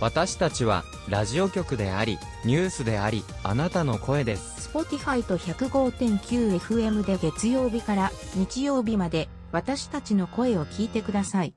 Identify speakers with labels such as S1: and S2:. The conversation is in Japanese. S1: 私たちはラジオ局でありニュースでありあなたの声です
S2: Spotify と 105.9FM で月曜日から日曜日まで私たちの声を聞いてください。